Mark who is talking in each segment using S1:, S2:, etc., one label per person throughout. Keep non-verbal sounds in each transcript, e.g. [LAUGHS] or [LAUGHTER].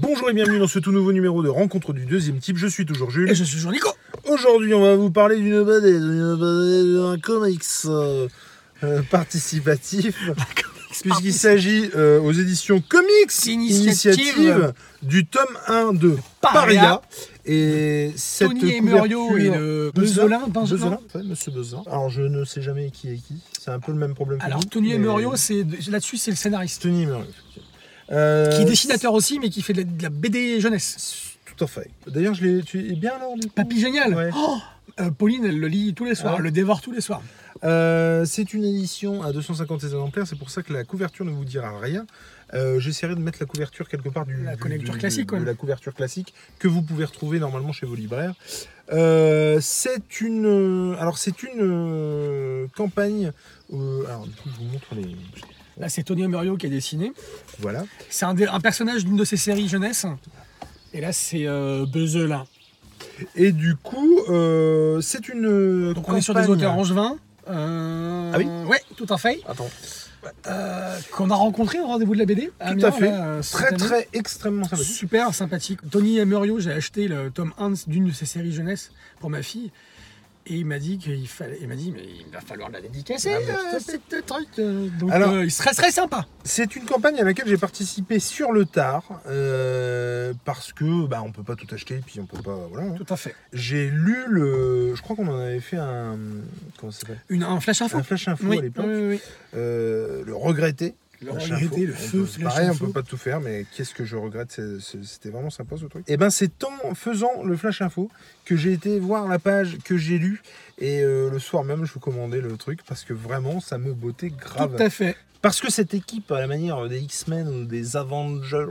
S1: Bonjour et bienvenue dans ce tout nouveau numéro de Rencontre du deuxième type. Je suis toujours Jules.
S2: Et je suis jean Nico.
S1: Mhm. Aujourd'hui, on va vous parler d'une BD, d'une BD, d'un comics euh, euh,
S2: [LAUGHS]
S1: participatif, puisqu'il s'agit euh, aux éditions Comics
S2: Initiative.
S1: du tome 1 de Paria.
S2: Paria.
S1: Et cette
S2: Tony Emerio et
S1: couverture-
S2: de
S1: Bezolin,
S2: Bezolin, Benzelin.
S1: Bezolin, ouais, Monsieur Bezolin. Alors, je ne sais jamais qui est qui. C'est un peu le même problème. que
S2: Alors
S1: nous,
S2: Tony
S1: mais-
S2: Emerio, c'est là-dessus, c'est le scénariste.
S1: Tony Emerio. Euh,
S2: Qui est dessinateur aussi, mais qui fait de la, de la BD jeunesse.
S1: c'est- Tout à fait. D'ailleurs, je l'ai. Tu es bien alors du coup
S2: Papy génial.
S1: Ouais.
S2: Oh Euh, Pauline, elle le lit tous les soirs,
S1: Ah ouais.
S2: elle le dévore tous les soirs.
S1: Euh, c'est une édition à 250 exemplaires, c'est pour ça que la couverture ne vous dira rien. Euh, J'essaierai de mettre la couverture quelque part du,
S2: La
S1: du-
S2: couverture
S1: du-
S2: classique,
S1: de
S2: ouais.
S1: la couverture classique que vous pouvez retrouver normalement chez vos libraires. Euh, c'est une, euh, alors c'est une euh, campagne. euh, alors du coup, je vous montre les.
S2: Là, c'est Tony Emerio qui a dessiné.
S1: Voilà.
S2: C'est un, des- un personnage d'une de ses séries jeunesse. Et là, c'est euh, Bezelin.
S1: Et du coup, euh, c'est une. euh,
S2: Donc on est sur des
S1: campagne-
S2: auteurs angevins. Euh,
S1: Ah oui
S2: Ouais, tout à fait.
S1: Attends.
S2: Euh, Qu'on a rencontré au rendez-vous de la BD.
S1: Tout
S2: Amiens,
S1: à fait.
S2: là, euh, cette
S1: Très
S2: année.
S1: très extrêmement sympathique.
S2: Super sympathique. Tony Emerio, j'ai acheté le tome 1 d'une de ses séries jeunesse pour ma fille. Et il m'a dit qu'il fallait. Il m'a dit, mais il va falloir la dédicacer,
S1: Ah, mais tout à
S2: euh, cette truc. euh, Donc,
S1: Alors-
S2: euh, il serait très sympa.
S1: C'est une campagne à laquelle j'ai participé sur le tard euh, parce que bah on peut pas tout acheter puis on peut pas voilà. hein.
S2: Tout à fait.
S1: J'ai lu le, je crois qu'on en avait fait un comment ça s'appelle
S2: Une, un flash info.
S1: un flash info
S2: oui,
S1: à l'époque,
S2: oui, oui.
S1: Euh, le regretter.
S2: Le
S1: Flash Info.
S2: regretter, le
S1: On
S2: feu,
S1: peut-
S2: flash
S1: Pareil,
S2: info.
S1: on peut pas tout faire, mais qu'est-ce que je regrette c'est- c'est- C'était vraiment sympa ce truc. Et ben c'est en faisant le flash info que j'ai été voir la page que j'ai lue et euh, le soir même je vous commandais le truc parce que vraiment ça me bottait grave.
S2: Tout à fait.
S1: Parce que cette équipe, à la manière des X-Men ou des Avengers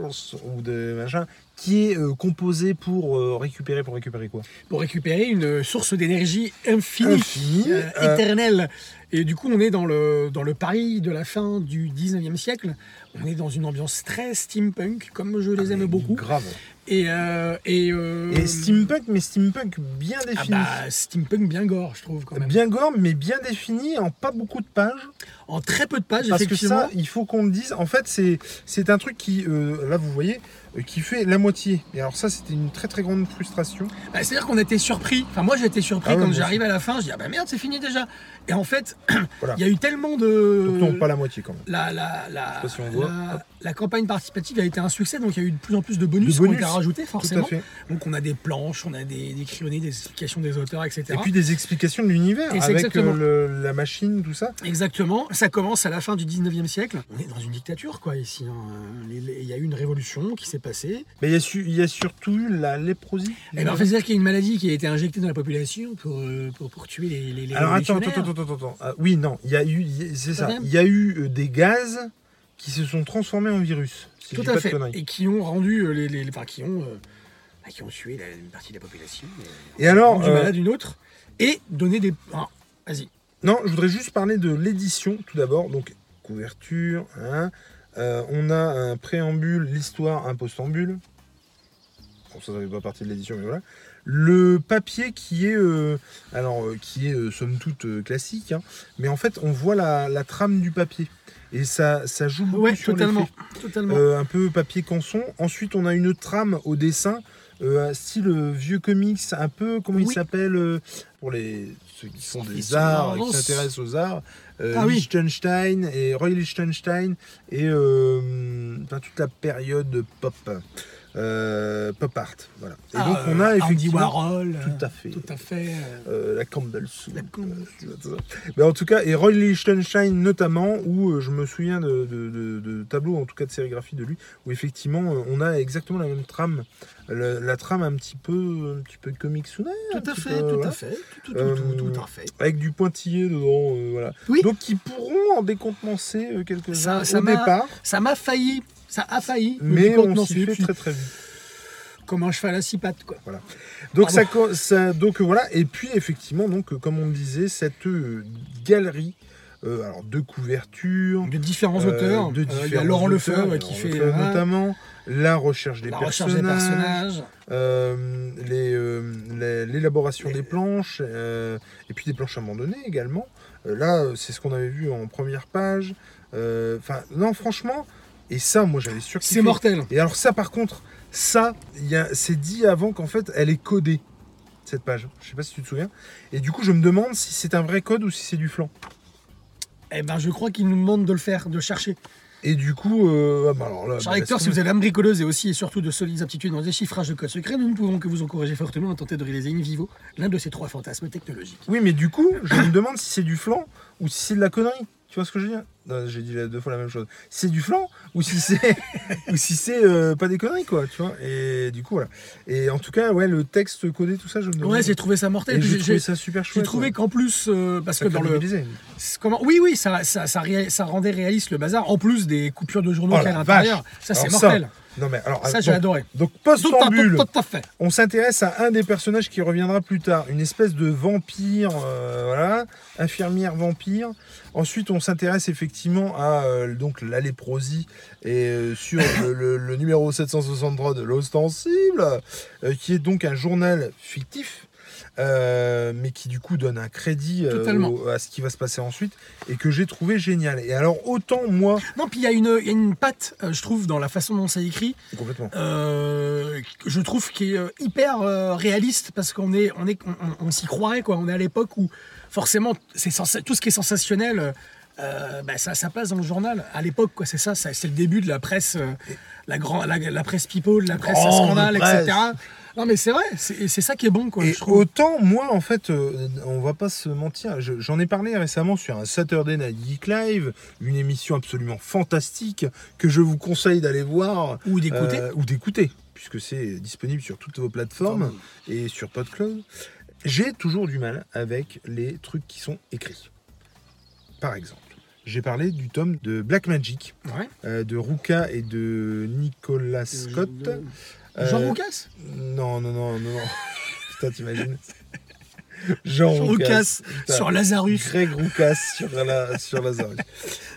S1: ou des machins, qui est euh, composée pour euh, récupérer, pour récupérer quoi
S2: Pour récupérer une source d'énergie infinie,
S1: Infinie,
S2: euh,
S1: euh,
S2: éternelle. Et du coup, on est dans le, dans le Paris de la fin du 19e siècle. On est dans une ambiance très steampunk, comme je
S1: Ah,
S2: les aime beaucoup.
S1: Grave.
S2: Et, euh, et, euh,
S1: Et steampunk, mais steampunk bien
S2: Ah
S1: défini.
S2: bah, steampunk bien gore, je trouve, quand même.
S1: bien gore, mais bien défini, en pas beaucoup de pages.
S2: En très peu de pages,
S1: Parce que
S2: effectivement.
S1: ça, il faut qu'on le dise. En fait, c'est c'est un truc qui, euh, là, vous voyez, euh, qui fait la moitié. Et alors ça, c'était une très très grande frustration.
S2: Bah, C'est-à-dire qu'on était surpris. Enfin, moi, j'ai été surpris
S1: Ah ouais,
S2: quand
S1: moi
S2: j'arrive à la fin. Je dis, ah bah merde, c'est fini déjà. Et en fait, [CLEARS THROAT] il
S1: Voilà.
S2: y a eu tellement de.
S1: Donc non, pas la moitié quand même.
S2: La, la, la,
S1: Je sais pas si on voit.
S2: la- la campagne participative a été un succès, donc il y a eu de plus en plus de bonus,
S1: De
S2: qu'on qui ont
S1: bonus,
S2: été rajoutés, forcément.
S1: Tout à fait.
S2: Donc on a des planches, on a des, des crayonnés, des explications des auteurs, etc.
S1: Et puis des explications de l'univers
S2: Ah. Et c'est
S1: avec
S2: exactement.
S1: euh, le- la machine, tout ça.
S2: Exactement, ça commence à la fin du 19e siècle. On est dans une dictature, quoi, ici. hein. Les- les- Il y a eu une révolution qui s'est passée.
S1: Mais il y, a su- il y a surtout eu la léprosie.
S2: Eh ben, en fait, c'est-à-dire qu'il y a une maladie qui a été injectée dans la population pour, euh, pour, pour tuer les, les, les
S1: Alors attends, attends,
S2: révolutionnaires.
S1: attends, attends, attends. Ah, oui, non, il y a eu, il y a- c'est ça.
S2: Madame.
S1: Il y a eu euh, des gaz qui se sont transformés en virus. Si je
S2: Tout
S1: dis
S2: à
S1: pas
S2: fait.
S1: De conneries.
S2: Et qui ont rendu euh, les, les, les- enfin, qui ont, euh, bah, qui ont tué la- une partie de la population. euh,
S1: Et alors,
S2: rendu
S1: euh,
S2: malade une autre et donné des. Ah, vas-y.
S1: non, je voudrais juste parler de l'édition tout d'abord. Donc couverture. hein. Euh, on a un préambule, l'histoire, un postambule. Bon, ça, ça fait pas partie de l'édition, mais voilà. Le papier qui est, euh, alors, euh, qui est euh, somme toute euh, classique, hein. mais en fait, on voit la, la trame du papier. Et ça, ça joue beaucoup
S2: Ouais,
S1: Ah, sur
S2: totalement,
S1: l'effet.
S2: totalement.
S1: Euh, un peu papier canson. Ensuite, on a une trame au dessin, euh, style euh, vieux comics, un peu, comment il
S2: Oui.
S1: s'appelle, euh, pour les, ceux qui font des
S2: sont en
S1: arts, et qui
S2: avance.
S1: s'intéressent aux arts, euh,
S2: Ah oui.
S1: Liechtenstein et Roy Liechtenstein et euh, enfin, toute la période pop, euh, pop art. Voilà. Et
S2: Ah,
S1: donc, on a
S2: euh, Andy
S1: effectivement.
S2: Warhol. euh,
S1: Tout à fait.
S2: Tout à fait. euh,
S1: Euh, la Campbell Soup.
S2: La Campbell
S1: Euh, tout ça. Mais en tout cas, et Roy Lichtenstein notamment, où euh, je me souviens de, de- de- de tableaux, en tout cas de sérigraphie de lui, où effectivement euh, on a exactement la même trame, la, la trame un petit peu, un petit peu comic
S2: tout à fait, tout à fait, tout, tout, tout, tout, tout à fait.
S1: avec du pointillé dedans, euh, voilà.
S2: Oui.
S1: Donc qui pourront en décompenser euh, quelques-uns
S2: Ça- ça
S1: au
S2: m'a-
S1: départ,
S2: Ça m'a failli, ça a failli. me
S1: mais
S2: dit quand
S1: on
S2: non,
S1: s'y
S2: c'est-
S1: fait
S2: c'est
S1: très très vite.
S2: Comme un cheval à six pattes, quoi.
S1: Donc
S2: Pardon.
S1: ça, co- ça- donc euh, voilà et puis effectivement donc euh, comme on le disait cette euh, galerie euh, alors de couverture
S2: De différents auteurs.
S1: de
S2: Euh, il y a Laurent Lefebvre ouais, qui fait euh,
S1: notamment la recherche des
S2: la recherche
S1: personnages,
S2: des personnages.
S1: euh, les, euh, les- l'élaboration
S2: Les-
S1: des planches euh, et puis des planches abandonnées également. Euh, là, euh, c'est ce qu'on avait vu en première page. Euh, Enfin, non, franchement. Et ça, moi, j'avais sûr
S2: C'est mortel.
S1: Et alors ça, par contre, ça, il y a- c'est dit avant qu'en fait, elle est codée, cette page. Je sais pas si tu te souviens. Et du coup, je me demande si c'est un vrai code ou si c'est du flan.
S2: Eh ben, je crois qu'ils nous demandent de le faire, de chercher.
S1: Et du coup, euh, ah bah alors là,
S2: Cher
S1: Ah, bah,
S2: lecteur,
S1: laisse
S2: si vous
S1: tomber.
S2: avez l'âme bricoleuse et aussi et surtout de solides aptitudes dans des chiffrages de codes secrets, nous ne pouvons que vous encourager fortement à tenter de réaliser in vivo l'un de ces trois fantasmes technologiques.
S1: Oui, mais du coup, je me demande si c'est du flan ou si c'est de la connerie. Tu vois ce que je veux dire Non, J'ai dit la- deux fois la même chose. Si c'est du flan ou si
S2: [LAUGHS]
S1: c'est ou si c'est euh, pas des conneries quoi, tu vois Et du coup voilà. Et en tout cas, ouais, le texte codé, tout ça, je me demande.
S2: Ouais, j'ai trouvé ça mortel.
S1: Et
S2: Puis
S1: j'ai
S2: j'ai-
S1: trouvé
S2: j'ai-
S1: ça super chouette.
S2: j'ai trouvé
S1: ouais.
S2: qu'en plus, euh, parce
S1: Ça
S2: que dans le,
S1: crédibilisait.
S2: C'est Comment Oui, oui, ça, ça, ça, ré- ça rendait réaliste le bazar, en plus des coupures de journaux
S1: Oh
S2: qu'il y a à
S1: la
S2: l'intérieur. Ça, c'est
S1: Alors
S2: mortel.
S1: Non mais alors
S2: Ça,
S1: bon,
S2: j'ai adoré.
S1: Donc
S2: Tout à,
S1: Postambule,
S2: tout- tout à fait.
S1: on s'intéresse à un des personnages qui reviendra plus tard, une espèce de vampire, euh, voilà, infirmière vampire. Ensuite, on s'intéresse effectivement à euh, donc la léprosie et euh, sur le, le- le numéro 763 de l'ostensible, euh, qui est donc un journal fictif. euh, mais qui du coup donne un crédit euh,
S2: Totalement.
S1: au- à ce qui va se passer ensuite et que j'ai trouvé génial. Et alors autant moi
S2: Non, puis il y, a une- il y a une patte, euh, je trouve, dans la façon dont c'est écrit,
S1: complètement.
S2: euh, que je trouve qui est euh, hyper euh, réaliste, parce qu'on est, on est, on, on- on s'y croirait, quoi. On est à l'époque où, forcément, c'est sensa- tout ce qui est sensationnel. euh, euh, bah, ça, ça passe dans le journal à l'époque quoi c'est ça, ça- c'est le début de la presse euh, la, grand, la, la presse people la presse à
S1: grande
S2: scandale
S1: presse.
S2: etc non mais c'est vrai c'est et c'est ça qui est bon quoi
S1: Et
S2: je trouve.
S1: autant, moi, en fait, euh, on va pas se mentir, je- j'en ai parlé récemment sur un Saturday Night Geek Live, une émission absolument fantastique que je vous conseille d'aller voir
S2: ou d'écouter.
S1: euh, ou d'écouter, puisque c'est disponible sur toutes vos plateformes et sur PodCloud. J'ai toujours du mal avec les trucs qui sont écrits. Par exemple, j'ai parlé du tome de Black Magic
S2: Ouais.
S1: euh, de Ruka et de Nicolas Scott.
S2: Jean
S1: Euh,
S2: Roucas
S1: non, non, non, non, non. Putain, t'imagines Jean,
S2: Jean
S1: Roucas.
S2: Roucas
S1: putain.
S2: sur Lazarus.
S1: Greg Roucas sur, la, sur Lazarus.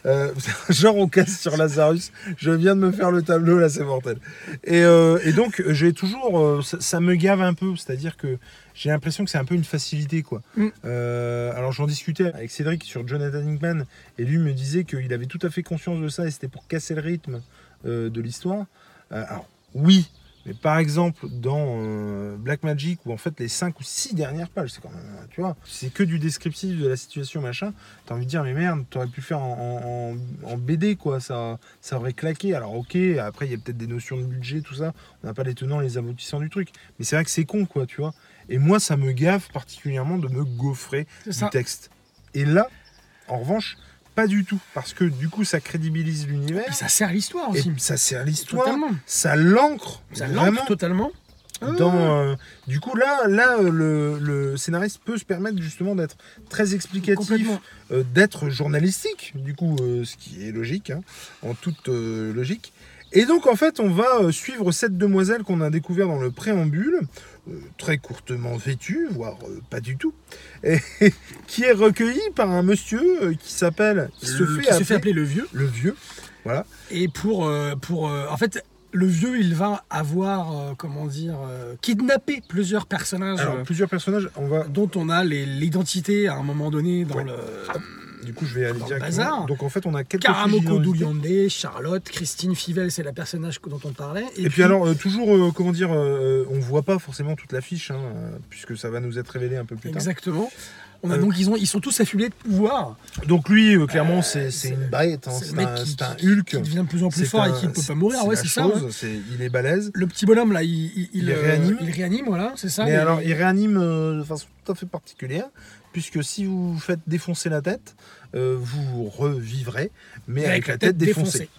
S1: Euh, [LAUGHS] Jean Roucas sur Lazarus. Je viens de me faire le tableau, là, c'est mortel. Et, euh, et donc, j'ai toujours. euh, ça, ça me gave un peu, c'est-à-dire que j'ai l'impression que c'est un peu une facilité, quoi.
S2: Mm.
S1: Euh, alors, j'en discutais avec Cédric sur Jonathan Hickman, et lui me disait qu'il avait tout à fait conscience de ça, et c'était pour casser le rythme euh, de l'histoire. Euh, alors, oui. Mais par exemple, dans euh, Black Magic, où en fait les 5 ou 6 dernières pages, c'est quand même, euh, tu vois, c'est que du descriptif de la situation, machin, t'as envie de dire, mais merde, t'aurais pu le faire en, en- en- en BD, quoi, ça, ça aurait claqué. Alors, ok, après, il y a peut-être des notions de budget, tout ça, on n'a pas les tenants, les aboutissants du truc. Mais c'est vrai que c'est con, quoi, tu vois. Et moi, ça me gave particulièrement de me gaufrer
S2: C'est
S1: du
S2: ça.
S1: texte. Et là, en revanche, pas du tout, parce que du coup, ça crédibilise l'univers,
S2: Et ça sert l'histoire
S1: et
S2: aussi.
S1: ça sert l'histoire,
S2: Totalement.
S1: ça l'ancre
S2: Ça
S1: vraiment
S2: l'ancre totalement. Ah.
S1: dans, euh, du coup, là, là euh, le, le scénariste peut se permettre justement d'être très explicatif,
S2: Complètement.
S1: euh, d'être journalistique, du coup, euh, ce qui est logique, hein, en toute euh, logique. Et donc, en fait, on va euh, suivre cette demoiselle qu'on a découvert dans le préambule, euh, très courtement vêtue, voire euh, pas du tout, [LAUGHS] et qui est recueillie par un monsieur euh, qui s'appelle, qui se
S2: Le-
S1: fait
S2: qui se
S1: appeler
S2: fait appeler le vieux.
S1: le vieux.
S2: Et pour. euh, pour euh, en fait, le vieux, il va avoir, euh, comment dire, euh, kidnappé plusieurs personnages
S1: Alors,
S2: euh,
S1: plusieurs personnages, on va
S2: dont on a les- l'identité à un moment donné dans
S1: Ouais.
S2: le.
S1: Du coup, je vais aller
S2: Dans le
S1: directement.
S2: bazar.
S1: Donc, en fait, on a quelques fiches
S2: Karamoko
S1: d'identité.
S2: Douliondé, Charlotte, Christine Fivel, c'est la personnage que- dont on parlait.
S1: Et, puis, alors, euh, toujours, euh, comment dire, euh, on voit pas forcément toute la fiche, hein, euh, puisque ça va nous être révélé un peu plus tard.
S2: Exactement. On
S1: Euh,
S2: a donc ils ont ils sont tous affublés de pouvoir.
S1: Donc, lui, euh, clairement,
S2: Euh,
S1: c'est c'est
S2: c'est-
S1: une barrette, hein,
S2: c'est
S1: c'est
S2: le mec
S1: un,
S2: qui-
S1: c'est un
S2: qui-
S1: Hulk.
S2: qui devient de plus en plus
S1: C'est
S2: fort
S1: un-
S2: et qui ne peut
S1: c'est-
S2: pas mourir. ouais,
S1: la
S2: c'est ça. hein.
S1: chose,
S2: ouais.
S1: c'est- il est balèze.
S2: Le petit bonhomme là, il, il,
S1: Il
S2: euh,
S1: réanime.
S2: il réanime, voilà, c'est ça.
S1: Mais
S2: Et-
S1: alors, il réanime euh, de façon tout à fait particulière, puisque si vous vous faites défoncer la tête, euh, vous revivrez, mais avec, la tête, défoncée.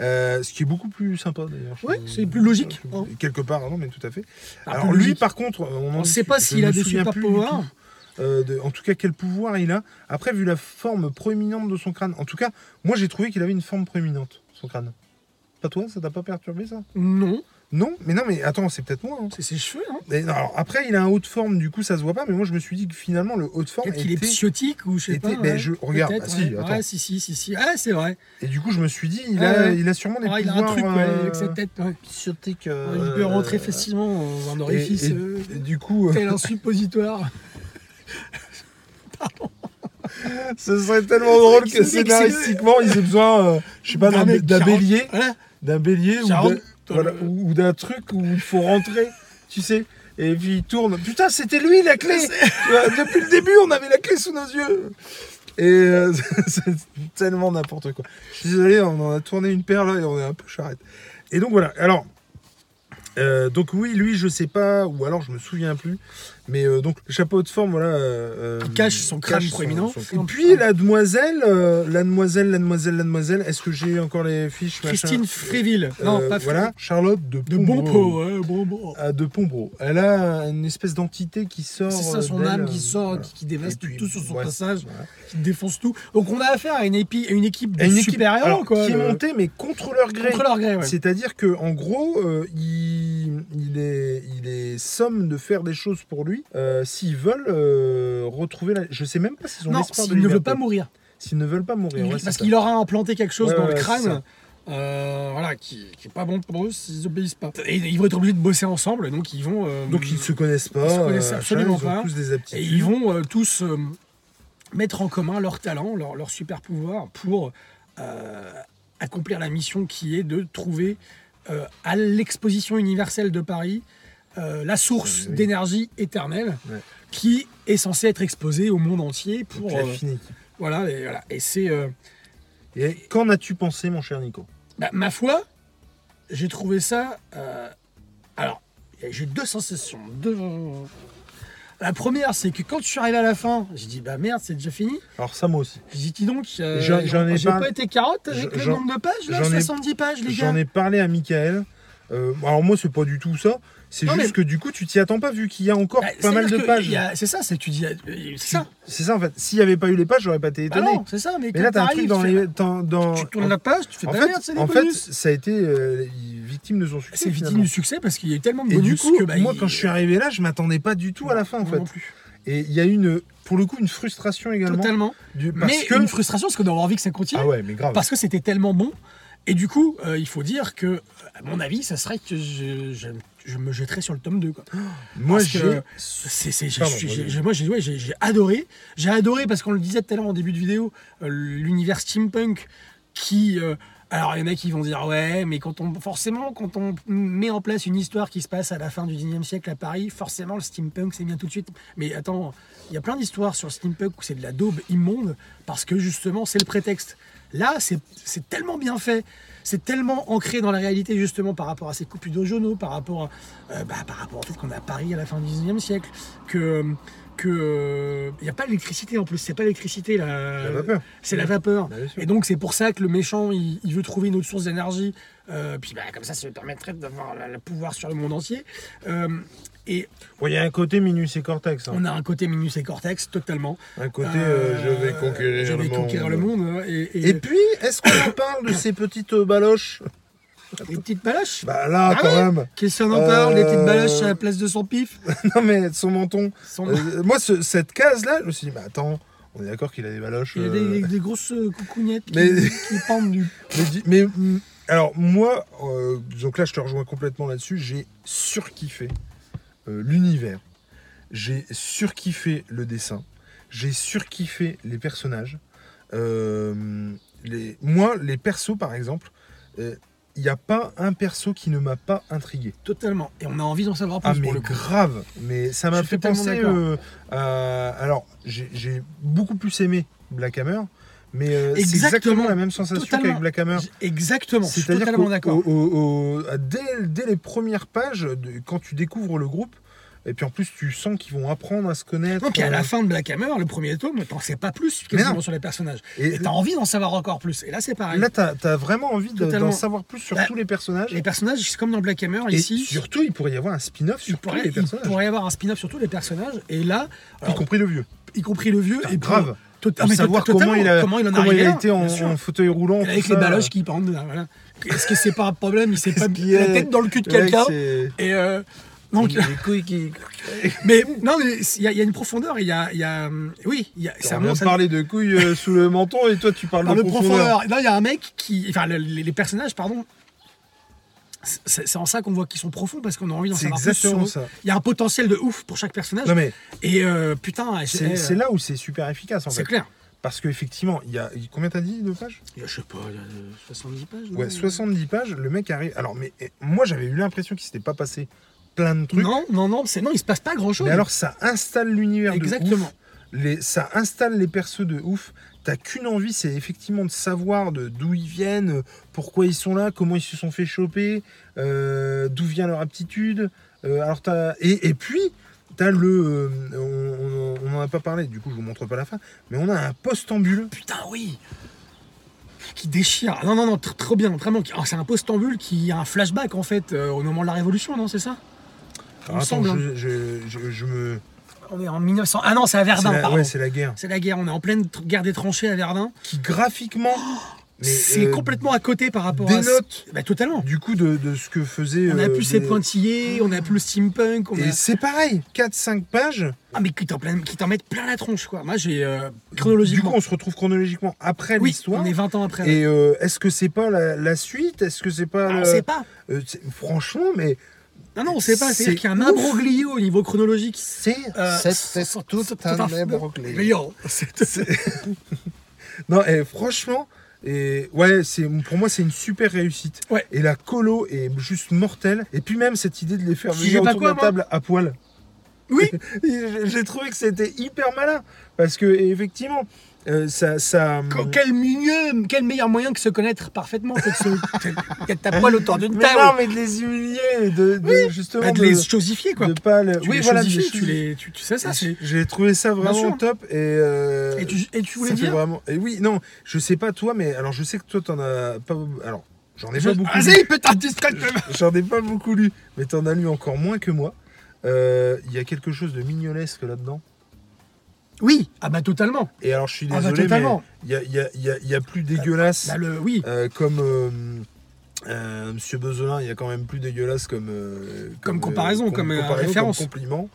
S1: Euh, ce qui est beaucoup plus sympa d'ailleurs.
S2: Ouais,
S1: Je-
S2: c'est plus logique,
S1: euh, Quelque part, non, mais tout à fait.
S2: Un
S1: Alors
S2: peu
S1: lui,
S2: logique.
S1: par contre, euh, on
S2: on
S1: en
S2: ne sait
S1: discute.
S2: pas
S1: Je
S2: s'il
S1: me
S2: a des
S1: souviens
S2: super
S1: plus du
S2: pouvoirs.
S1: tout, euh, de- en tout cas, quel pouvoir il a. Après, vu la forme proéminente de son crâne. En tout cas, moi, j'ai trouvé qu'il avait une forme proéminente, son crâne. Pas toi, ça t'a pas perturbé ça
S2: Non,
S1: Non, mais non, mais attends, c'est peut-être moi. hein.
S2: c'est ses cheveux, hein.
S1: Mais non, alors, après, il a un haut de forme, du coup, ça se voit pas. Mais moi, je me suis dit que finalement, le haut de forme
S2: Peut-être
S1: était.
S2: qu'il est psiotique ou je sais
S1: était-
S2: pas.
S1: mais
S2: ouais.
S1: je- regarde,
S2: Peut-être,
S1: ah si,
S2: ouais.
S1: attends.
S2: Ouais, si, si, si, si. Ah, c'est vrai.
S1: Et du coup, je me suis dit, il,
S2: Ah
S1: a,
S2: ouais.
S1: il a sûrement des
S2: Ah, il a
S1: pouvoirs.
S2: un truc ouais,
S1: euh,
S2: avec cette tête. ouais.
S1: psychotiques,
S2: il
S1: euh,
S2: peut rentrer
S1: euh,
S2: facilement dans un
S1: et-
S2: orifice.
S1: et-
S2: euh,
S1: et du coup, euh,
S2: tel un suppositoire.
S1: [LAUGHS] Ce serait
S2: [LAUGHS]
S1: tellement drôle que
S2: qu'ils sont
S1: scénaristiquement, ils aient besoin, euh, je sais pas, d'un
S2: mec
S1: d'un
S2: qui
S1: bélier,
S2: rentre- Voilà.
S1: d'un bélier ou
S2: Sharon,
S1: d'un- voilà,
S2: euh,
S1: ou- ou d'un truc où il faut rentrer, tu sais. Et puis il tourne. Putain, c'était lui la clé. Tu vois, Depuis le début, on avait la clé sous nos yeux. Et euh, [LAUGHS] c'est tellement n'importe quoi. Je suis désolé, on en a tourné une paire là et on est un peu charrette. Et donc voilà. Alors, euh, donc oui, lui, je sais pas, ou alors je me souviens plus. Mais euh, donc chapeau de forme, voilà. euh,
S2: Il cache son crâne proéminent.
S1: crâne. Et puis la demoiselle, euh, la demoiselle, la demoiselle, la demoiselle. Est-ce que j'ai encore les fiches machin
S2: Christine Fréville.
S1: Euh,
S2: non, pas
S1: voilà, Charlotte de,
S2: Fréville. De bon pot. ouais, bon pot.
S1: Ah, de Pombro. Elle a une espèce d'entité qui sort.
S2: C'est ça, son
S1: euh,
S2: âme
S1: d'elle,
S2: qui
S1: euh,
S2: sort,
S1: voilà.
S2: qui, qui dévaste
S1: Et puis,
S2: tout sur son
S1: ouais,
S2: passage,
S1: voilà.
S2: qui défonce tout. Donc on a affaire à une, épi- à une équipe de
S1: Et une équipe
S2: super-héros,
S1: alors,
S2: quoi.
S1: qui est
S2: le-
S1: montée, mais contre leur gré.
S2: Contre leur gré, ouais.
S1: C'est-à-dire que en gros, euh, il, il est, il est somme de faire des choses pour lui euh, s'ils veulent euh, retrouver la. Je sais même pas s'ils ont
S2: Non,
S1: l'espoir de
S2: il ne veut
S1: liberté.
S2: pas mourir.
S1: S'ils ne veulent pas mourir.
S2: Il-
S1: ouais,
S2: parce
S1: c'est
S2: qu'il aura implanté quelque chose
S1: Ouais,
S2: dans
S1: ouais,
S2: le
S1: c'est
S2: crâne.
S1: ça.
S2: euh, voilà, qui, qui est pas bon pour eux s'ils obéissent pas. Et ils vont être obligés de bosser ensemble, donc ils vont. euh,
S1: ça. Donc ils se connaissent pas.
S2: Ils se connaissent
S1: euh,
S2: absolument
S1: ils ont
S2: pas.
S1: tous des aptitudes.
S2: Et ils vont euh, tous euh, mettre en commun leurs talents, leurs leur super pouvoirs pour euh, accomplir la mission qui est de trouver euh, à l'exposition universelle de Paris euh, la source
S1: Oui.
S2: d'énergie éternelle
S1: Ouais.
S2: qui est censée être exposée au monde entier
S1: Donc,
S2: pour
S1: là,
S2: euh,
S1: fini.
S2: voilà et, voilà. Et c'est euh,
S1: Et qu'en as-tu pensé, mon cher Nico
S2: bah, ma foi j'ai trouvé ça euh, alors j'ai eu deux sensations deux la première c'est que quand je suis arrivé à la fin j'ai dit bah merde c'est déjà fini
S1: Alors ça, moi aussi.
S2: J'ai dit donc, euh,
S1: J'en- j'en ai
S2: j'ai
S1: pas-
S2: pas été carotte avec le
S1: j'en-
S2: nombre de pages, là,
S1: j'en ai-
S2: 70 pages, les
S1: J'en
S2: gars.
S1: ai parlé à Michael. Euh, alors moi c'est pas du tout ça, c'est
S2: Non,
S1: juste
S2: mais-
S1: que du coup tu t'y attends pas vu qu'il y a encore
S2: Bah,
S1: pas mal
S2: c'est-à-dire
S1: de
S2: que
S1: pages.
S2: il y a- C'est ça, c'est que tu dis. euh, C'est ça.
S1: C'est ça en fait, s'il y avait pas eu les pages j'aurais pas été
S2: Bah
S1: étonné.
S2: non, c'est ça, mais,
S1: mais
S2: quand
S1: là t'as un truc
S2: t'arrives,
S1: dans
S2: tu,
S1: les...
S2: fais-
S1: dans- dans-
S2: tu tournes la page, tu fais
S1: en
S2: pas
S1: fait,
S2: merde, c'est des
S1: en fait,
S2: bonus.
S1: ça a été euh, victime de son succès.
S2: C'est victime
S1: finalement.
S2: du succès parce qu'il y a eu tellement de
S1: Et du
S2: bonus
S1: coup,
S2: que. bah,
S1: moi
S2: il- Mm,
S1: quand je suis arrivé là je m'attendais pas du tout à la fin en
S2: Moi
S1: fait.
S2: non plus.
S1: Et il y a eu une, pour le coup une frustration également.
S2: Totalement.
S1: du- parce
S2: Mais
S1: que...
S2: une frustration parce qu'on a envie que ça continue.
S1: Ah ouais mais grave.
S2: Parce que c'était tellement bon. Et du coup, euh, il faut dire que, à mon avis, ça serait que je, je- je me jetterais sur le tome 2. Quoi.
S1: Moi
S2: parce que-
S1: j'ai...
S2: C'est, c'est- j'ai-
S1: Pardon,
S2: j'ai-
S1: vas-y.
S2: j'ai- moi, j'ai, ouais, j'ai- j'ai adoré. J'ai adoré parce qu'on le disait tout à l'heure en début de vidéo, euh, l'univers steampunk qui. euh, alors, il y en a qui vont dire, ouais, mais quand on, forcément, quand on met en place une histoire qui se passe à la fin du 19e siècle à Paris, forcément, le steampunk, c'est bien tout de suite. Mais attends, il y a plein d'histoires sur le steampunk où c'est de la daube immonde parce que justement, c'est le prétexte. Là, c'est c'est tellement bien fait, c'est tellement ancré dans la réalité justement par rapport à ces coupures de journaux, par rapport, à, euh, bah, par rapport au fait qu'on est à Paris à la fin du 19e siècle, que que euh, il n'y a pas l'électricité en plus, c'est pas l'électricité la,
S1: La vapeur.
S2: c'est la vapeur.
S1: Bah, bien sûr.
S2: Et donc c'est pour ça que le méchant il, il veut trouver une autre source d'énergie, Euh, puis bah, comme ça ça lui permettrait d'avoir la- le pouvoir sur le monde entier. Euh, et
S1: Ouais, Il y a un côté Minus et Cortex. hein.
S2: on a un côté Minus et Cortex totalement.
S1: Un côté
S2: Euh,
S1: euh, je vais conquérir
S2: je
S1: le
S2: vais
S1: monde.
S2: conquérir le monde. hein, Et, et-
S1: Et puis, est-ce qu'on en parle de ces petites euh, baloches
S2: les petites baloches.
S1: Bah là,
S2: Ah
S1: quand
S2: ouais
S1: même.
S2: Qu'est-ce qu'on en parle Les petites
S1: Euh,
S2: baloches à la place de son pif
S1: Non, mais son menton.
S2: Son-
S1: Euh, moi, ce- cette case-là, je me suis dit, bah attends, on est d'accord qu'il a des baloches.
S2: Il a
S1: euh,
S2: des, des grosses euh, coucougnettes qui,
S1: Mais-
S2: qui pendent
S1: [LAUGHS]
S2: du.
S1: mais dis- Mais, mm, alors, moi, euh, donc là, je te rejoins complètement là-dessus. J'ai surkiffé euh, l'univers. J'ai surkiffé le dessin. J'ai surkiffé les personnages. Euh, les... Moi, les persos, par exemple, euh, il n'y a pas un perso qui ne m'a pas intrigué.
S2: Totalement. Et on a envie d'en savoir plus
S1: Ah
S2: pour
S1: mais
S2: le coup.
S1: grave, mais ça m'a
S2: Je suis
S1: fait
S2: totalement
S1: penser.
S2: d'accord.
S1: euh, à- alors j'ai j'ai beaucoup plus aimé Black Hammer, mais euh, c'est
S2: Exactement.
S1: exactement la même sensation
S2: Totalement.
S1: qu'avec Black Hammer.
S2: J- Exactement. Je suis
S1: C'est-à-dire
S2: totalement
S1: qu'au-
S2: d'accord.
S1: au- au- au- dès, dès les premières pages, de- quand tu découvres le groupe, et puis en plus tu sens qu'ils vont apprendre à se connaître.
S2: Non, puis à
S1: euh,
S2: la fin de Black Hammer, le premier tome, t'en sais pas plus
S1: Mais
S2: quasiment
S1: non.
S2: sur les personnages.
S1: et
S2: Et t'as envie d'en savoir encore plus. Et là, c'est pareil.
S1: là, t'as as vraiment envie de-
S2: Totalement.
S1: d'en savoir plus sur
S2: Bah,
S1: tous les personnages.
S2: les personnages, c'est comme dans Black Hammer,
S1: Et
S2: ici.
S1: surtout, il pourrait y avoir un spin-off
S2: Il
S1: sur tous
S2: pourrait,
S1: les
S2: il
S1: personnages,
S2: pourrait y avoir un spin-off sur tous les personnages. Et là, alors,
S1: y compris le vieux.
S2: y compris le vieux.
S1: Putain,
S2: et pour-
S1: grave.
S2: to- ah,
S1: Pour
S2: mais to-
S1: savoir comment
S2: totalement,
S1: il a,
S2: comment il en
S1: comment
S2: arrivé
S1: il a
S2: là,
S1: été en,
S2: bien sûr.
S1: en fauteuil roulant.
S2: Avec
S1: tout
S2: les
S1: ça.
S2: baloches qui pendent. là, Voilà. Est-ce que c'est pas un problème Il s'est pas
S1: qu'il
S2: mis
S1: y a-
S2: la tête dans le cul de
S1: Le mec,
S2: quelqu'un
S1: c'est-
S2: Et euh, donc,
S1: Les couilles qui.
S2: [LAUGHS] mais non, mais il y, a il y a une profondeur. Il y a, il y a, hum, oui, il y a, ça
S1: On vient
S2: remonte
S1: de
S2: à-
S1: parler de couilles euh, sous le menton et toi tu parles
S2: par
S1: de
S2: le profondeur. Non, il y a un mec qui, enfin, le- les, les personnages, pardon. C'est c'est en ça qu'on voit qu'ils sont profonds parce qu'on a envie d'en
S1: C'est
S2: savoir plus sur
S1: exactement
S2: eux.
S1: ça.
S2: Il y a un potentiel de ouf pour chaque personnage.
S1: Non mais
S2: Et euh, putain,
S1: c'est
S2: j'ai-
S1: c'est là où c'est super efficace en
S2: c'est
S1: fait.
S2: clair.
S1: Parce qu'effectivement, il y a. Combien t'as dit de pages
S2: Il y a, Je sais pas, il y a euh, 70 pages. non
S1: Ouais, 70 pages, le mec arrive. Alors, mais eh, moi, j'avais eu l'impression qu'il s'était pas passé plein de trucs.
S2: Non, non, non, c'est non, il se passe pas grand chose.
S1: Mais alors, ça installe l'univers de ouf.
S2: Exactement.
S1: Les, ça installe les persos de ouf. T'as qu'une envie, c'est effectivement de savoir de d'où ils viennent, euh, pourquoi ils sont là, comment ils se sont fait choper, euh, d'où vient leur aptitude. Euh, alors t'as et, et puis t'as le, euh, on- on n'en a pas parlé, du coup je vous montre pas la fin, mais on a un postambule.
S2: Putain, oui Qui déchire. Ah, Non, non, non, tr- trop bien, vraiment. Alors, c'est un postambule qui a un flashback, en fait, euh, au moment de la Révolution, non, c'est ça Il me
S1: Alors, attends,
S2: semble, hein.
S1: je, je- je- je me.
S2: On est en 1900. Ah non, c'est à
S1: C'est
S2: Verdun,
S1: la,
S2: pardon.
S1: ouais, c'est la guerre.
S2: c'est la guerre, on est en pleine tr- guerre des tranchées à Verdun.
S1: Qui graphiquement. mais,
S2: Oh, c'est
S1: euh,
S2: complètement à côté par rapport à.
S1: Des notes
S2: Bah, totalement.
S1: du coup de, de ce que faisait.
S2: On a
S1: euh,
S2: plus ces
S1: des-
S2: pointillés, on a plus le steampunk, on a...
S1: Et c'est pareil, 4-5 pages.
S2: Ah mais qui t'en plein- qui t'en mettent plein la tronche quoi. Moi j'ai euh,
S1: Du
S2: chronologiquement.
S1: coup, on se retrouve chronologiquement après
S2: oui,
S1: l'histoire.
S2: on est 20 ans après.
S1: Et euh, est-ce que c'est pas la, la suite Est-ce que c'est pas.
S2: Ah, on
S1: le-
S2: sait pas.
S1: Euh, c'est- franchement, mais
S2: Non non on sait pas.
S1: c'est
S2: C'est-à-dire qu'il y a un
S1: ouf.
S2: imbroglio au niveau chronologique.
S1: c'est.
S2: Euh,
S1: c'est-
S2: c'est-
S1: c'est tout
S2: c'est-
S1: un
S2: c'est-
S1: imbroglio.
S2: Mais yo, c'est-
S1: Non, et franchement, et ouais, c'est pour moi c'est une super réussite.
S2: Ouais.
S1: Et la colo est juste mortelle. Et puis même cette idée de les faire
S2: Si
S1: venir
S2: j'ai pas
S1: autour de la
S2: quoi,
S1: table à poil.
S2: Oui.
S1: Et [LAUGHS] J'ai trouvé que c'était hyper malin parce que effectivement, euh, ça, ça.
S2: Qu- quel mieux, quel meilleur moyen que se connaître parfaitement que de se que
S1: [LAUGHS]
S2: de ta poil autour d'une
S1: Mais non,
S2: table.
S1: mais de les humilier, de, de justement
S2: Bah, de les chosifier quoi.
S1: de pas le-
S2: Tu
S1: oui
S2: les
S1: voilà
S2: chosifies,
S1: de
S2: tu les tu, tu sais ça c'est.
S1: j'ai trouvé ça vraiment
S2: sûr.
S1: top et euh,
S2: Et tu, et tu voulais
S1: ça fait
S2: dire
S1: vraiment et oui non je sais pas toi mais alors je sais que toi t'en as pas alors j'en ai pas beaucoup lu.
S2: Vas-y, putain, distrait
S1: [LAUGHS] j'en ai pas beaucoup lu mais t'en as lu encore moins que moi Euh, il y a quelque chose de mignolesque là dedans
S2: Oui, ah bah totalement.
S1: et alors je suis
S2: Ah bah,
S1: désolé mais
S2: totalement.
S1: il y a, il y a- il y a- il y a plus dégueulasse
S2: Bah, le oui.
S1: euh, comme euh, euh, Monsieur Besolin, il y a quand même plus dégueulasse comme euh,
S2: Comme comparaison,
S1: euh,
S2: comme, euh, référence.
S1: compliment.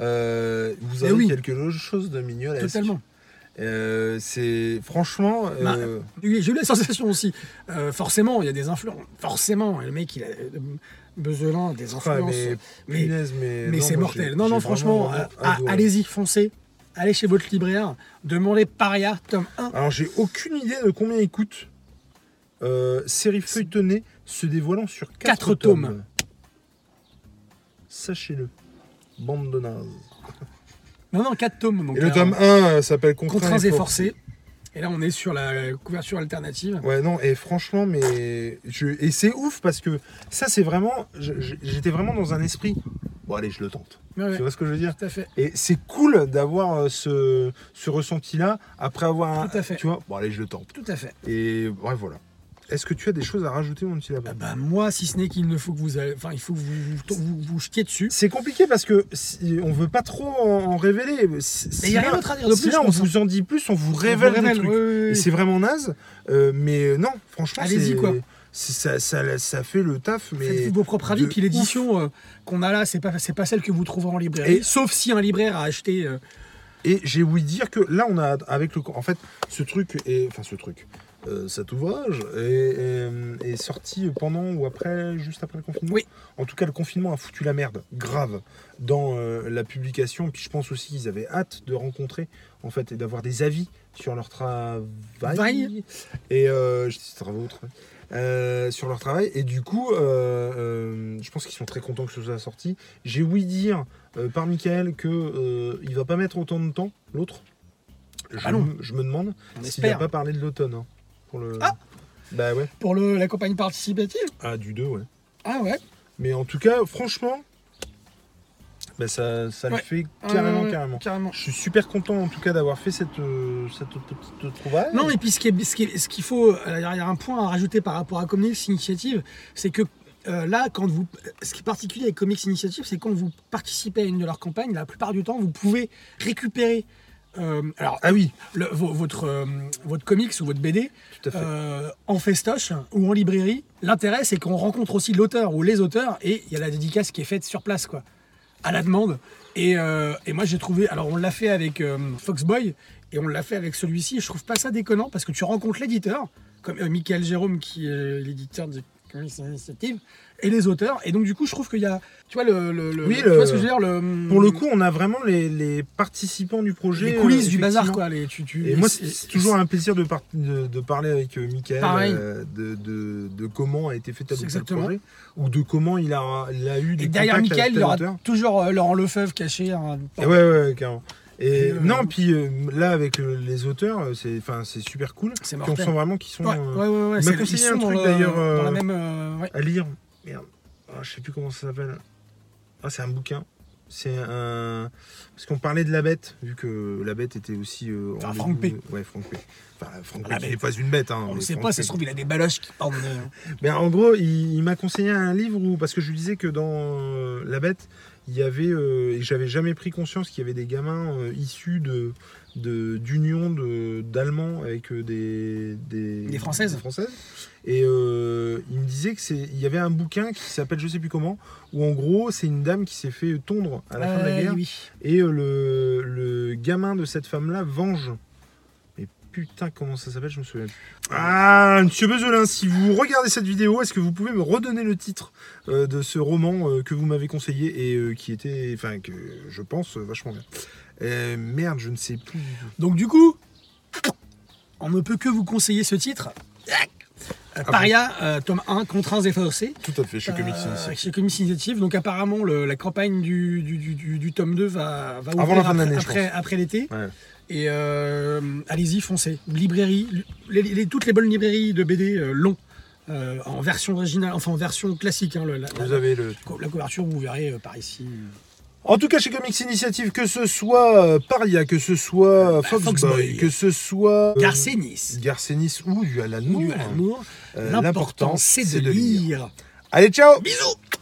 S1: Euh, vous
S2: Eh
S1: avez
S2: oui.
S1: quelque chose de mignolesque.
S2: Totalement.
S1: Euh, c'est franchement.
S2: Bah,
S1: euh,
S2: J'ai j'ai eu la sensation aussi. Euh, forcément, il y a des influences. Forcément, le mec, il a euh, Bezelin, des
S1: ouais,
S2: influences.
S1: mais,
S2: mais-
S1: punaise, mais,
S2: mais
S1: non,
S2: c'est
S1: moi,
S2: mortel.
S1: j'ai-
S2: Non, non,
S1: j'ai
S2: franchement,
S1: vraiment,
S2: euh,
S1: vraiment adoré.
S2: allez-y, foncez. Allez chez votre libraire, demandez Paria, tome 1.
S1: Alors, j'ai aucune idée de combien il coûte. Euh, série feuilletonnée se dévoilant sur 4,
S2: Quatre
S1: tomes.
S2: tomes.
S1: Sachez-le. Bande de nazes.
S2: Non, non, 4 tomes. Donc,
S1: Et le
S2: euh,
S1: tome 1 s'appelle Contraints,
S2: Contraints
S1: et
S2: et
S1: forcés.
S2: forcés. Et là, on est sur la couverture alternative.
S1: Ouais, non, et franchement, mais. Je... Et c'est ouf parce que ça, c'est vraiment. je- je- J'étais vraiment dans un esprit. Bon, allez, je le tente.
S2: Ouais, ouais,
S1: Tu vois ce que je veux dire
S2: tout à fait.
S1: Et c'est cool d'avoir euh, ce, ce ressenti-là après avoir. un-
S2: Tout à fait.
S1: Tu vois Bon, allez, je le tente.
S2: Tout à fait.
S1: Et ouais, voilà. Est-ce que tu as des choses à rajouter, mon petit lapin
S2: Ah bah, moi, si ce n'est qu'il ne faut que vous, allez- enfin, il faut que vous vous, vous- vous jetiez dessus.
S1: C'est compliqué parce que si- on veut pas trop en, en révéler. Si-
S2: Mais
S1: si
S2: il n'y a
S1: là-
S2: rien d'autre à dire de
S1: si
S2: plus.
S1: là,
S2: je
S1: on
S2: pense, hein.
S1: vous en dit plus, on vous
S2: On
S1: révèle,
S2: vous
S1: des
S2: révèle,
S1: trucs.
S2: ouais, ouais, ouais.
S1: Et c'est vraiment naze. euh, mais non, franchement,
S2: Allez-y,
S1: c'est-
S2: quoi.
S1: c'est- Ça, ça, ça fait le taf, mais.
S2: Faites-vous vos propres avis,
S1: de
S2: puis l'édition euh, qu'on a là, c'est pas, c'est pas celle que vous trouverez en librairie.
S1: Et-
S2: Sauf si un libraire a acheté. euh,
S1: Et j'ai ouï dire que là, on a avec le, en fait, ce truc et enfin ce truc, euh, cet ouvrage est, est- est sorti pendant ou après, juste après le confinement.
S2: Oui.
S1: En tout cas, le confinement a foutu la merde grave dans euh, la publication. Puis je pense aussi qu'ils avaient hâte de rencontrer en fait et d'avoir des avis sur leur travail.
S2: Vaille.
S1: Et euh, je dis travaux, travail. Euh, sur leur travail et du coup euh, euh, je pense qu'ils sont très contents que ce soit sorti j'ai ouï dire euh, par Michael que euh, il va pas mettre autant de temps l'autre. Je,
S2: Ah non.
S1: me- je me demande
S2: on
S1: s'il n'a
S2: espère.
S1: pas parlé de l'automne hein, pour le.
S2: Ah
S1: bah ouais.
S2: Pour le, la campagne participative
S1: Ah du 2 ouais.
S2: Ah ouais.
S1: Mais en tout cas franchement, bah, ça, ça le
S2: Ouais.
S1: fait carrément
S2: Euh,
S1: carrément. Je suis super content en tout cas d'avoir fait cette euh, cette petite trouvaille.
S2: Non, et puis ce qui est- ce qui est- ce qu'il faut. alors, Il y a un point à rajouter par rapport à Comics Initiative, c'est que. euh, là, quand vous, ce qui est particulier avec Comics Initiative, c'est quand vous participez à une de leurs campagnes, la plupart du temps, vous pouvez récupérer euh, alors,
S1: Ah oui,
S2: le- vo- votre, euh, votre comics ou votre BD
S1: tout à fait.
S2: Euh, en festoche ou en librairie. L'intérêt, c'est qu'on rencontre aussi l'auteur ou les auteurs et il y a la dédicace qui est faite sur place, quoi, à la demande. Et, euh, et moi, j'ai trouvé. Alors, on l'a fait avec euh, Foxboy et on l'a fait avec celui-ci. Je trouve pas ça déconnant parce que tu rencontres l'éditeur, comme euh, Michael Jérôme, qui est l'éditeur de comme c'est une initiative, et les auteurs. Et donc, du coup, je trouve qu'il y a. Tu vois, le, le- le-
S1: Oui,
S2: tu
S1: le-
S2: vois ce que je veux dire le,
S1: Pour le coup, on a vraiment les, les participants du projet.
S2: les coulisses
S1: euh,
S2: du bazar,
S1: effectivement.
S2: quoi. Les, tu, tu,
S1: Et
S2: les-
S1: moi, c'est c'est toujours un plaisir de, par- de, de parler avec euh, Michael
S2: Pareil.
S1: euh, de, de- de comment a été fait tel ou tel
S2: Exactement.
S1: projet, ou de comment il a, il a eu des
S2: Et derrière
S1: contacts
S2: Michael,
S1: avec
S2: il y
S1: tel
S2: aura
S1: auteur.
S2: toujours euh, Laurent Lefebvre caché. hein.
S1: Et ouais, ouais, ouais, carrément. Et
S2: Et, euh,
S1: non, puis euh, là, avec euh, les auteurs, euh, c'est enfin, c'est super cool.
S2: C'est
S1: Puis on
S2: mortel.
S1: sent vraiment qu'ils sont
S2: Ouais,
S1: euh,
S2: ouais, ouais, ouais.
S1: m'a
S2: c'est-
S1: conseillé
S2: ils
S1: un
S2: sont dans
S1: truc,
S2: la-
S1: d'ailleurs,
S2: Dans la
S1: euh,
S2: même. euh, ouais.
S1: à lire. Merde. Ah, je sais plus comment ça s'appelle. Ah, c'est un bouquin. C'est un. Parce qu'on parlait de la bête, vu que la bête était aussi. euh,
S2: Enfin,
S1: rendez-vous-
S2: Franck P.
S1: Ouais, Franck P. Enfin, Franck P.
S2: La
S1: qui
S2: Bête.
S1: n'est pas une bête. Hein,
S2: On
S1: mais
S2: ne sait
S1: Franck
S2: pas,
S1: P.
S2: ça se trouve, il a des baloches qui pendent. euh,
S1: Mais en gros, il, il m'a conseillé un livre où, parce que je lui disais que dans euh, La Bête, il y avait, euh, et j'avais jamais pris conscience qu'il y avait des gamins euh, issus de de- d'unions de- d'allemands avec euh, des, des
S2: Des Françaises.
S1: des Françaises. Et euh, il me disait que c'est, il y avait un bouquin qui s'appelle je sais plus comment, où en gros c'est une dame qui s'est fait tondre à la fin de la
S2: euh,
S1: guerre
S2: oui.
S1: et euh, le, le gamin de cette femme-là venge. Mais putain, comment ça s'appelle Je me souviens plus. Ah, monsieur Bezelin, si vous regardez cette vidéo, est-ce que vous pouvez me redonner le titre euh, de ce roman euh, que vous m'avez conseillé et euh, qui était, enfin, que je pense euh, vachement bien Euh, Merde, je ne sais plus. du tout.
S2: Donc du coup, on ne peut que vous conseiller ce titre.
S1: Ah
S2: Euh, Paria, euh, tome 1, contraintes et forcées.
S1: Tout à fait, chez Comics
S2: Euh,
S1: Initiative.
S2: chez Comics Initiative. Donc apparemment, le- la campagne du, du, du- du- du tome 2 va, va ouvrir
S1: Avant la fin de
S2: après,
S1: l'année, je
S2: après, après l'été.
S1: Ouais.
S2: Et euh, allez-y, foncez. Librairie, les- les- toutes les bonnes librairies de BD euh, l'ont. euh, en version originale, enfin en version classique, hein, le- la, la-
S1: Vous avez le.
S2: la couverture, vous verrez euh, par ici.
S1: En tout cas, chez Comics Initiative, que ce soit euh, Paria, que ce soit
S2: Bah,
S1: Foxboy,
S2: Foxboy.
S1: que ce soit. euh,
S2: Garcénis,
S1: Garcenis ou du Alan
S2: ou
S1: Moore,
S2: du Alan Moore,
S1: euh,
S2: l'important c'est de, lire.
S1: Allez, ciao
S2: Bisous